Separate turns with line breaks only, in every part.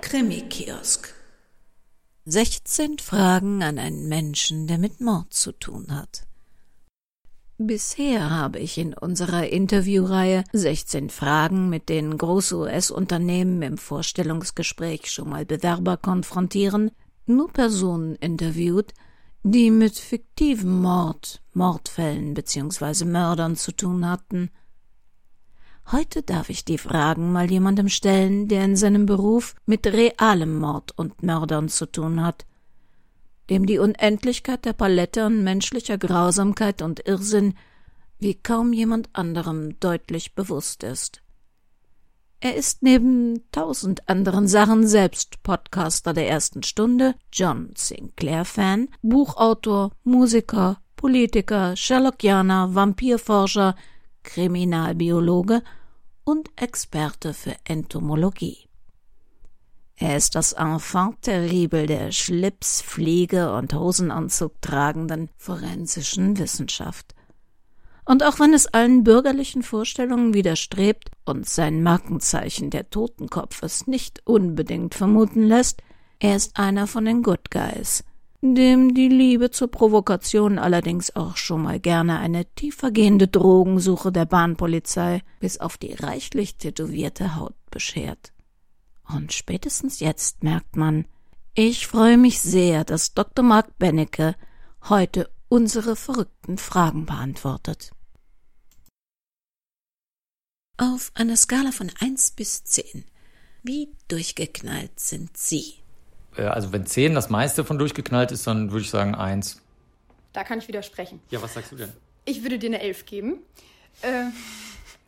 Krimi-Kiosk.
16 Fragen an einen Menschen, der mit Mord zu tun hat. Bisher habe ich in unserer Interviewreihe 16 Fragen, mit denen große US-Unternehmen im Vorstellungsgespräch schon mal Bewerber konfrontieren, nur Personen interviewt, die mit fiktivem Mord, Mordfällen bzw. Mördern zu tun hatten. Heute darf ich die Fragen mal jemandem stellen, der in seinem Beruf mit realem Mord und Mördern zu tun hat, dem die Unendlichkeit der Palette an menschlicher Grausamkeit und Irrsinn wie kaum jemand anderem deutlich bewusst ist. Er ist neben tausend anderen Sachen selbst Podcaster der ersten Stunde, John Sinclair-Fan, Buchautor, Musiker, Politiker, Sherlockianer, Vampirforscher, Kriminalbiologe und Experte für Entomologie. Er ist das Enfant terrible der Schlips, Fliege und Hosenanzug tragenden forensischen Wissenschaft. Und auch wenn es allen bürgerlichen Vorstellungen widerstrebt und sein Markenzeichen der Totenkopf es nicht unbedingt vermuten lässt, er ist einer von den Good Guys, dem die Liebe zur Provokation allerdings auch schon mal gerne eine tiefergehende Drogensuche der Bahnpolizei bis auf die reichlich tätowierte Haut beschert. Und spätestens jetzt merkt man, ich freue mich sehr, dass Dr. Mark Bennecke heute unsere verrückten Fragen beantwortet. Auf einer Skala von 1 bis 10. Wie durchgeknallt sind Sie?
Äh, Also wenn 10 das meiste von durchgeknallt ist, dann würde ich sagen 1.
Da kann ich widersprechen.
Ja, was sagst du denn?
Ich würde dir eine 11 geben. Äh,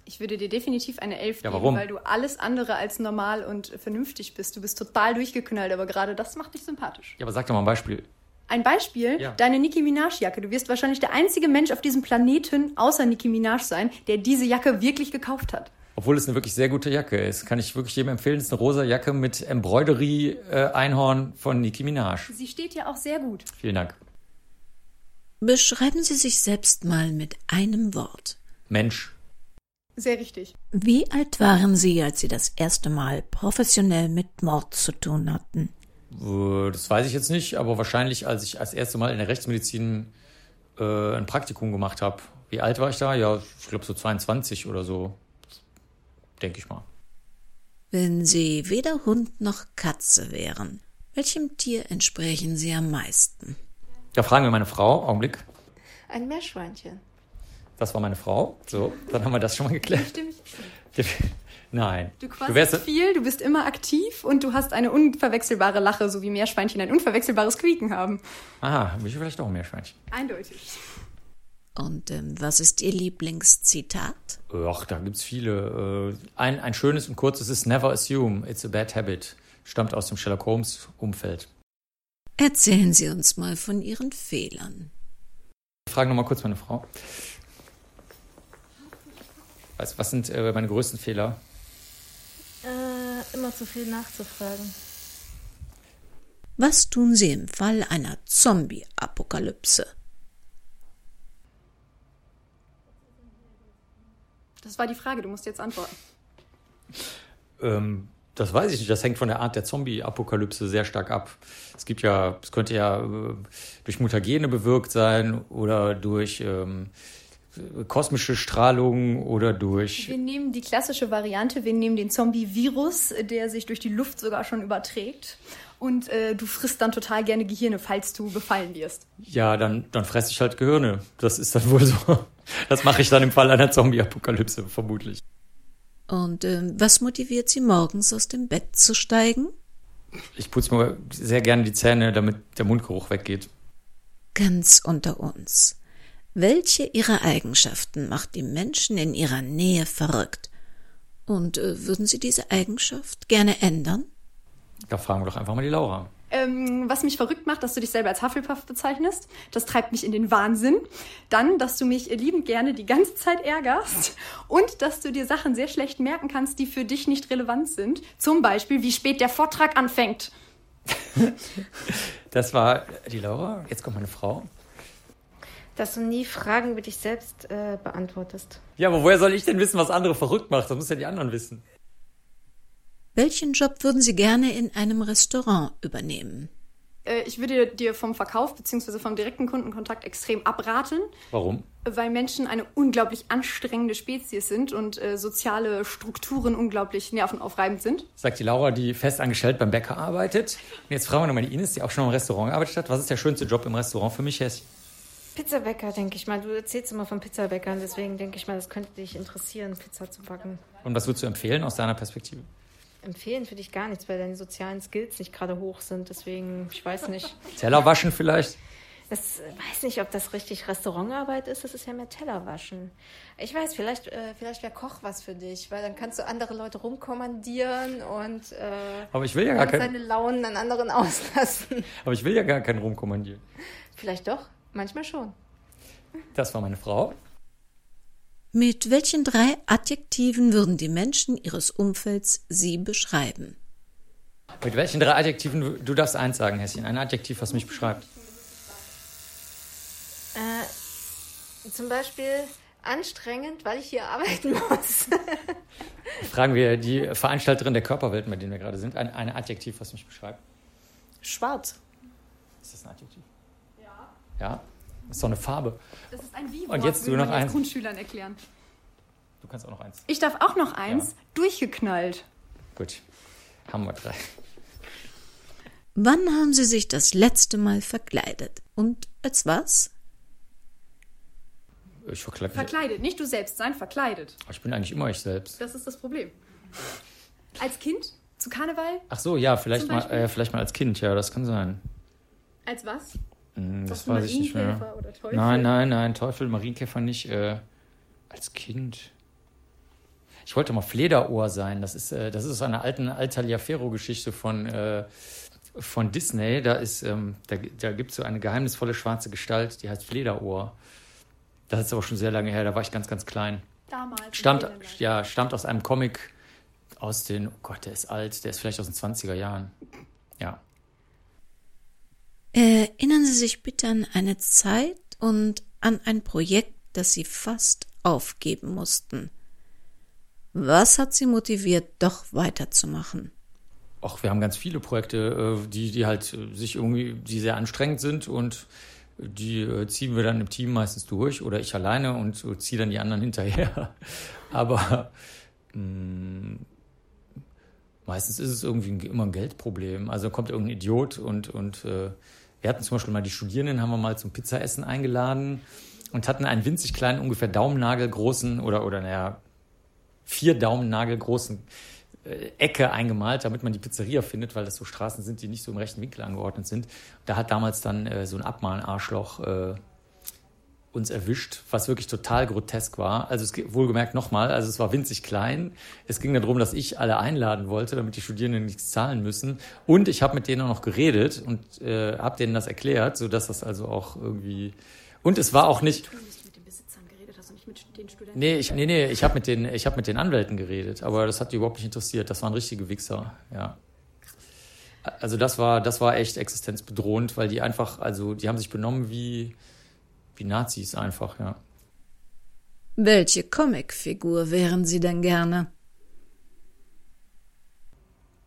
ich würde dir definitiv eine 11
Ja,
geben,
warum?
weil du alles andere als normal und vernünftig bist. Du bist total durchgeknallt, aber gerade das macht dich sympathisch.
Ja, aber sag doch mal ein Beispiel.
Ein Beispiel,
Ja.
deine Nicki Minaj-Jacke. Du wirst wahrscheinlich der einzige Mensch auf diesem Planeten außer Nicki Minaj sein, der diese Jacke wirklich gekauft hat.
Obwohl es eine wirklich sehr gute Jacke ist, kann ich wirklich jedem empfehlen. Es ist eine rosa Jacke mit Embroidery-Einhorn von Nicki Minaj.
Sie steht ja auch sehr gut.
Vielen Dank.
Beschreiben Sie sich selbst mal mit einem Wort.
Mensch.
Sehr richtig.
Wie alt waren Sie, als Sie das erste Mal professionell mit Mord zu tun hatten?
Äh, Das weiß ich jetzt nicht, aber wahrscheinlich, als ich das erste Mal in der Rechtsmedizin äh, ein Praktikum gemacht habe. Wie alt war ich da? Ja, ich glaube so 22 oder so. Denke ich mal.
Wenn Sie weder Hund noch Katze wären, welchem Tier entsprechen Sie am meisten?
Da fragen wir meine Frau. Augenblick.
Ein Meerschweinchen.
Das war meine Frau. So, dann haben wir das schon mal geklärt.
Stimmt.
Nein.
Du quatschst
wärst-
viel, du bist immer aktiv und du hast eine unverwechselbare Lache, so wie Meerschweinchen ein unverwechselbares Quieken haben.
Aha, bin ich vielleicht auch ein Meerschweinchen.
Eindeutig.
Und ähm, was ist Ihr Lieblingszitat?
Ach, da gibt's viele. Äh, Ein, ein schönes und kurzes ist Never Assume, it's a bad habit. Stammt aus dem Sherlock Holmes Umfeld.
Erzählen Sie uns mal von Ihren Fehlern.
Ich frage nochmal kurz meine Frau. Was, was sind äh, meine größten Fehler?
Äh, immer zu viel nachzufragen.
Was tun Sie im Fall einer Zombie-Apokalypse?
Das war die Frage, du musst jetzt antworten.
Ähm, das weiß ich nicht. Das hängt von der Art der Zombie-Apokalypse sehr stark ab. Es gibt ja, es könnte ja äh, durch Mutagene bewirkt sein oder durch ähm, kosmische Strahlung oder durch.
Wir nehmen die klassische Variante, wir nehmen den Zombie-Virus, der sich durch die Luft sogar schon überträgt. Und äh, du frisst dann total gerne Gehirne, falls du befallen wirst.
Ja, dann, dann fresse ich halt Gehirne. Das ist dann wohl so. Das mache ich dann im Fall einer Zombie-Apokalypse, vermutlich.
Und ähm, was motiviert Sie morgens aus dem Bett zu steigen?
Ich putze mir sehr gerne die Zähne, damit der Mundgeruch weggeht.
Ganz unter uns. Welche ihrer Eigenschaften macht die Menschen in ihrer Nähe verrückt? Und äh, würden Sie diese Eigenschaft gerne ändern?
Da fragen wir doch einfach mal die Laura.
Ähm, was mich verrückt macht, dass du dich selber als Hufflepuff bezeichnest. Das treibt mich in den Wahnsinn. Dann, dass du mich liebend gerne die ganze Zeit ärgerst. Und dass du dir Sachen sehr schlecht merken kannst, die für dich nicht relevant sind. Zum Beispiel, wie spät der Vortrag anfängt.
Das war die Laura. Jetzt kommt meine Frau.
Dass du nie Fragen über dich selbst äh, beantwortest.
Ja, aber woher soll ich denn wissen, was andere verrückt macht? Das müssen ja die anderen wissen.
Welchen Job würden Sie gerne in einem Restaurant übernehmen?
Äh, Ich würde dir vom Verkauf bzw. vom direkten Kundenkontakt extrem abraten,
Warum?
weil Menschen eine unglaublich anstrengende Spezies sind und äh, soziale Strukturen unglaublich nervenaufreibend sind.
Sagt die Laura, die festangestellt beim Bäcker arbeitet. Und jetzt fragen wir nochmal die Ines, die auch schon im Restaurant gearbeitet hat. Was ist der schönste Job im Restaurant für mich, Hess?
Pizzabäcker, denke ich mal. Du erzählst immer von Pizzabäckern, deswegen denke ich mal, das könnte dich interessieren, Pizza zu backen.
Und was würdest du empfehlen aus deiner Perspektive?
Empfehlen für dich gar nichts, weil deine sozialen Skills nicht gerade hoch sind. Deswegen, ich weiß nicht.
Teller waschen vielleicht?
Das äh, weiß nicht, ob das richtig Restaurantarbeit ist. Das ist ja mehr Tellerwaschen.
Ich weiß, vielleicht, äh, vielleicht wäre Koch was für dich, weil dann kannst du andere Leute rumkommandieren und äh,
Aber ich will ja gar
kannst
kein,
deine Launen an anderen auslassen.
aber ich will ja gar keinen rumkommandieren.
vielleicht doch, manchmal schon.
Das war meine Frau.
Mit welchen drei Adjektiven würden die Menschen Ihres Umfelds Sie beschreiben?
Mit welchen drei Adjektiven? du- Du darfst eins sagen, Hässchen. Ein Adjektiv, was mich beschreibt.
Äh,
Zum Beispiel anstrengend, weil ich hier arbeiten muss.
Fragen wir die Veranstalterin der Körperwelt, bei denen wir gerade sind. Ein, ein Adjektiv, was mich beschreibt.
Schwarz.
Ist das ein Adjektiv? Ja. Ja? Ist doch eine Farbe.
Das ist ein Wie.
Und jetzt du
würde man
noch
jetzt
eins.
Grundschülern erklären.
Du kannst auch noch eins.
Ich darf auch noch eins.
Ja.
Durchgeknallt.
Gut. Haben wir drei.
Wann haben Sie sich das letzte Mal verkleidet? Und als was?
Ich verkleide mich.
Verkleidet. Nicht du selbst sein, verkleidet.
Ich bin eigentlich immer ich selbst.
Das ist das Problem. Als Kind? Zu Karneval?
Ach so, ja, vielleicht
Zum
mal,
Beispiel?
äh, vielleicht mal als Kind, ja, das kann sein.
Als was?
Hm, Das
Warst du
weiß ich nicht mehr.
Marienkäfer oder Teufel?
Nein, nein, nein, Teufel, Marienkäfer nicht. Äh, als Kind. Ich wollte mal Flederohr sein. Das ist, äh, das ist aus einer alten Altaliaferro-Geschichte von, äh, von Disney. Da, ist, ähm, da, da gibt es so eine geheimnisvolle schwarze Gestalt, die heißt Flederohr. Das ist aber schon sehr lange her, da war ich ganz, ganz klein.
Damals.
Stammt, ja, stammt aus einem Comic aus den, oh Gott, der ist alt, der ist vielleicht aus den 20er Jahren. Ja.
Äh, Erinnern Sie sich bitte an eine Zeit und an ein Projekt, das Sie fast aufgeben mussten. Was hat Sie motiviert, doch weiterzumachen?
Ach, wir haben ganz viele Projekte, äh, die, die halt äh, sich irgendwie, die sehr anstrengend sind und die äh, ziehen wir dann im Team meistens durch oder ich alleine und äh, ziehe dann die anderen hinterher. Aber mm, meistens ist es irgendwie ein- immer ein Geldproblem. Also kommt irgendein Idiot und, und äh, wir hatten zum Beispiel mal die Studierenden, haben wir mal zum Pizzaessen eingeladen und hatten einen winzig kleinen, ungefähr Daumennagelgroßen oder, oder naja, vier Daumennagel großen äh, Ecke eingemalt, damit man die Pizzeria findet, weil das so Straßen sind, die nicht so im rechten Winkel angeordnet sind. Da hat damals dann äh, so ein Abmahnarschloch äh, uns erwischt, was wirklich total grotesk war. Also es ge- wohlgemerkt nochmal, also es war winzig klein. Es ging darum, dass ich alle einladen wollte, damit die Studierenden nichts zahlen müssen. Und ich habe mit denen auch noch geredet und äh, habe denen das erklärt, sodass das also auch irgendwie... Und es war auch nicht...
Du hast mit den Besitzern geredet, hast du nicht mit den Studenten.
Nee, ich, nee, nee, ich habe mit, den- ich hab mit den Anwälten geredet, aber das hat die überhaupt nicht interessiert. Das waren richtige Wichser, ja. Also das war, das war echt existenzbedrohend, weil die einfach, also die haben sich benommen wie, wie Nazis einfach, ja.
Welche Comicfigur wären Sie denn gerne?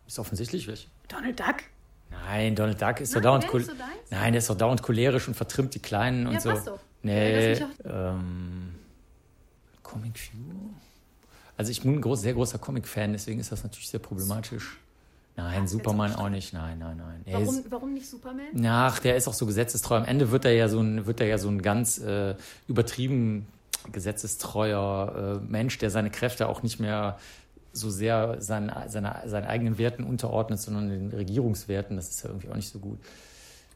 Ist offensichtlich welche.
Donald Duck?
Nein, Donald Duck ist doch dauernd
der
chol-
ist so deins?
Nein, der ist doch dauernd cholerisch und vertrimmt die Kleinen und
Ja,
so.
passt doch.
Nee.
Ja, das
ähm, Comicfigur? Also ich bin ein groß, sehr großer Comic-Fan, deswegen ist das natürlich sehr problematisch. Nein, Superman auch nicht. Nein, nein, nein. Er ist- Hm.
Warum, warum nicht Superman?
Ach, der ist auch so gesetzestreu. Am Ende wird er ja so ein, wird er ja so ein ganz äh, übertrieben gesetzestreuer äh, Mensch, der seine Kräfte auch nicht mehr so sehr seinen, seine, seinen eigenen Werten unterordnet, sondern den Regierungswerten. Das ist ja irgendwie auch nicht so gut.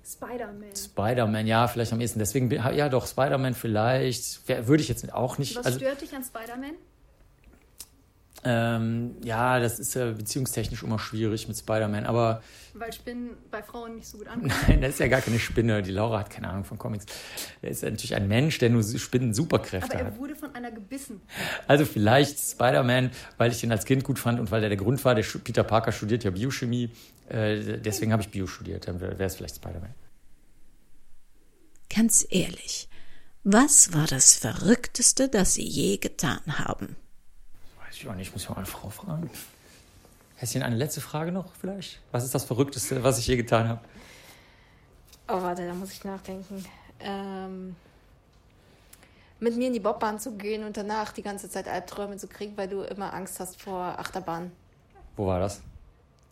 Spider-Man.
Spider-Man, ja, vielleicht am ehesten. Deswegen, bin- ja, doch, Spider-Man vielleicht. Wer- Würde ich jetzt auch nicht.
Was
also-
stört dich an Spider-Man?
ähm, ja, das ist ja beziehungstechnisch immer schwierig mit Spider-Man, aber
Weil ich bin bei Frauen nicht so gut an.
Nein, das ist ja gar keine Spinne. Die Laura hat keine Ahnung von Comics. Er ist ja natürlich ein Mensch, der nur Spinnen
Aber
Superkräfte hat.
er wurde von einer gebissen.
Also vielleicht Spider-Man, weil ich ihn als Kind gut fand und weil er der Grund war, der Schu- Peter Parker studiert ja Biochemie. Äh, deswegen habe ich Bio studiert. Dann wäre es vielleicht Spider-Man.
Ganz ehrlich, was war das Verrückteste, das Sie je getan haben?
Weiß ich auch nicht, muss ich mal eine Frau fragen. Häschen, eine letzte Frage noch vielleicht? Was ist das Verrückteste, was ich je getan habe?
Oh, warte, da muss ich nachdenken. Ähm, mit mir in die Bobbahn zu gehen und danach die ganze Zeit Albträume zu kriegen, weil du immer Angst hast vor Achterbahn.
Wo war das?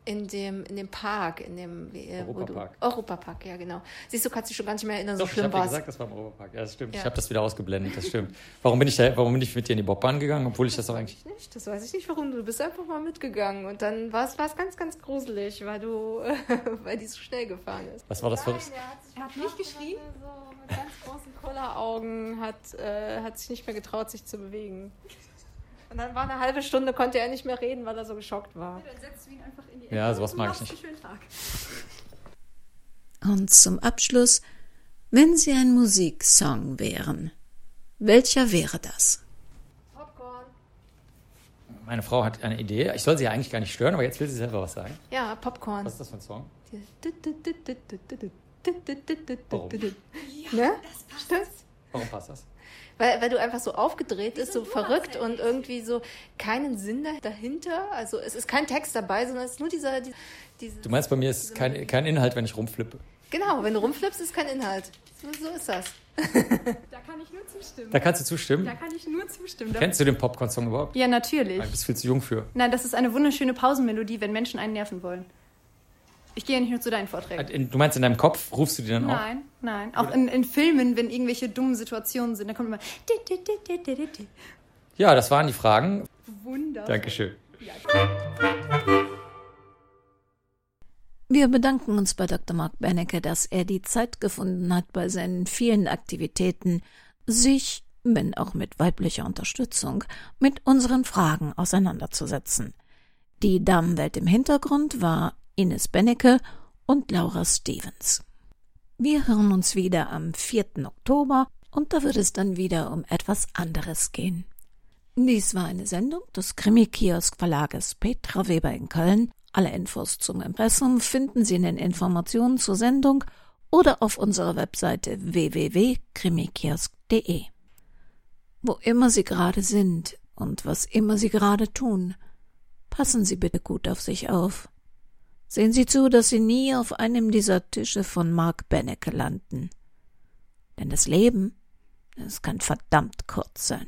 In dem, in dem Park, in dem wie, äh, wo du-
Europapark.
Europapark, ja genau. Siehst du, kannst dich schon gar nicht mehr erinnern, so
Doch, ich
Also schlimm
habe
war es.
gesagt, das war im Europapark. Ja, das stimmt.
Ja.
Ich habe das wieder ausgeblendet, das stimmt. Warum bin ich, da, warum bin ich mit dir in die Bobbahn gegangen, obwohl ich das doch eigentlich...
Nicht, das weiß ich nicht warum. Du bist einfach mal mitgegangen und dann war es war es ganz, ganz gruselig, weil du weil die so schnell gefahren ist.
Was war das Verrückteste?
Er hat nicht geschrien? So Also, mit ganz großen Kulleraugen hat, äh, hat sich nicht mehr getraut, sich zu bewegen. Und dann war eine halbe Stunde, konnte er nicht mehr reden, weil er so geschockt war.
Dann setzt du ihn einfach in die
Ja, sowas
und
mag ich
machst
nicht.
einen schönen Tag.
Und zum Abschluss, wenn Sie ein Musiksong wären, welcher wäre das?
Popcorn.
Meine Frau hat eine Idee. Ich soll sie ja eigentlich gar nicht stören, aber jetzt will sie selber was sagen.
Ja, Popcorn.
Was ist das für ein Song? Warum?
Ne? Stimmt's?
Warum passt das?
Weil, weil du einfach so aufgedreht ist, so verrückt und irgendwie so keinen Sinn da- dahinter. Also es ist kein Text dabei, sondern es ist nur dieser, die- diese,
Du meinst, bei mir ist kein, kein Inhalt, wenn ich rumflippe.
Genau, wenn du rumflippst, ist kein Inhalt. So, so ist das.
Da kann ich nur zustimmen.
Da kannst du
Da
zustimmen.
kann ich nur zustimmen. Da-
Kennst du den Popcorn-Song überhaupt?
Ja, natürlich.
Du bist viel zu jung für.
Nein, das ist eine wunderschöne Pausenmelodie, wenn Menschen einen nerven wollen. Ich gehe ja nicht nur zu deinen Vorträgen.
Du meinst, Äh, in deinem Kopf rufst du die dann auf?
Nein, nein. Auch in, in Filmen, wenn irgendwelche dummen Situationen sind, da kommt immer.
Ja, das waren die Fragen.
Wunder.
Dankeschön.
Wir bedanken uns bei Dr. Mark Benecke, dass er die Zeit gefunden hat, bei seinen vielen Aktivitäten sich, wenn auch mit weiblicher Unterstützung, mit unseren Fragen auseinanderzusetzen. Die Damenwelt im Hintergrund war Ines Benecke und Laura Stevens. Wir hören uns wieder am 4. Oktober und da wird es dann wieder um etwas anderes gehen. Dies war eine Sendung des Krimi-Kiosk-Verlages Petra Weber in Köln. Alle Infos zum Impressum finden Sie in den Informationen zur Sendung oder auf unserer Webseite www.krimikiosk.de. Wo immer Sie gerade sind und was immer Sie gerade tun, passen Sie bitte gut auf sich auf. Sehen Sie zu, dass Sie nie auf einem dieser Tische von Mark Benecke landen. Denn das Leben, es kann verdammt kurz sein.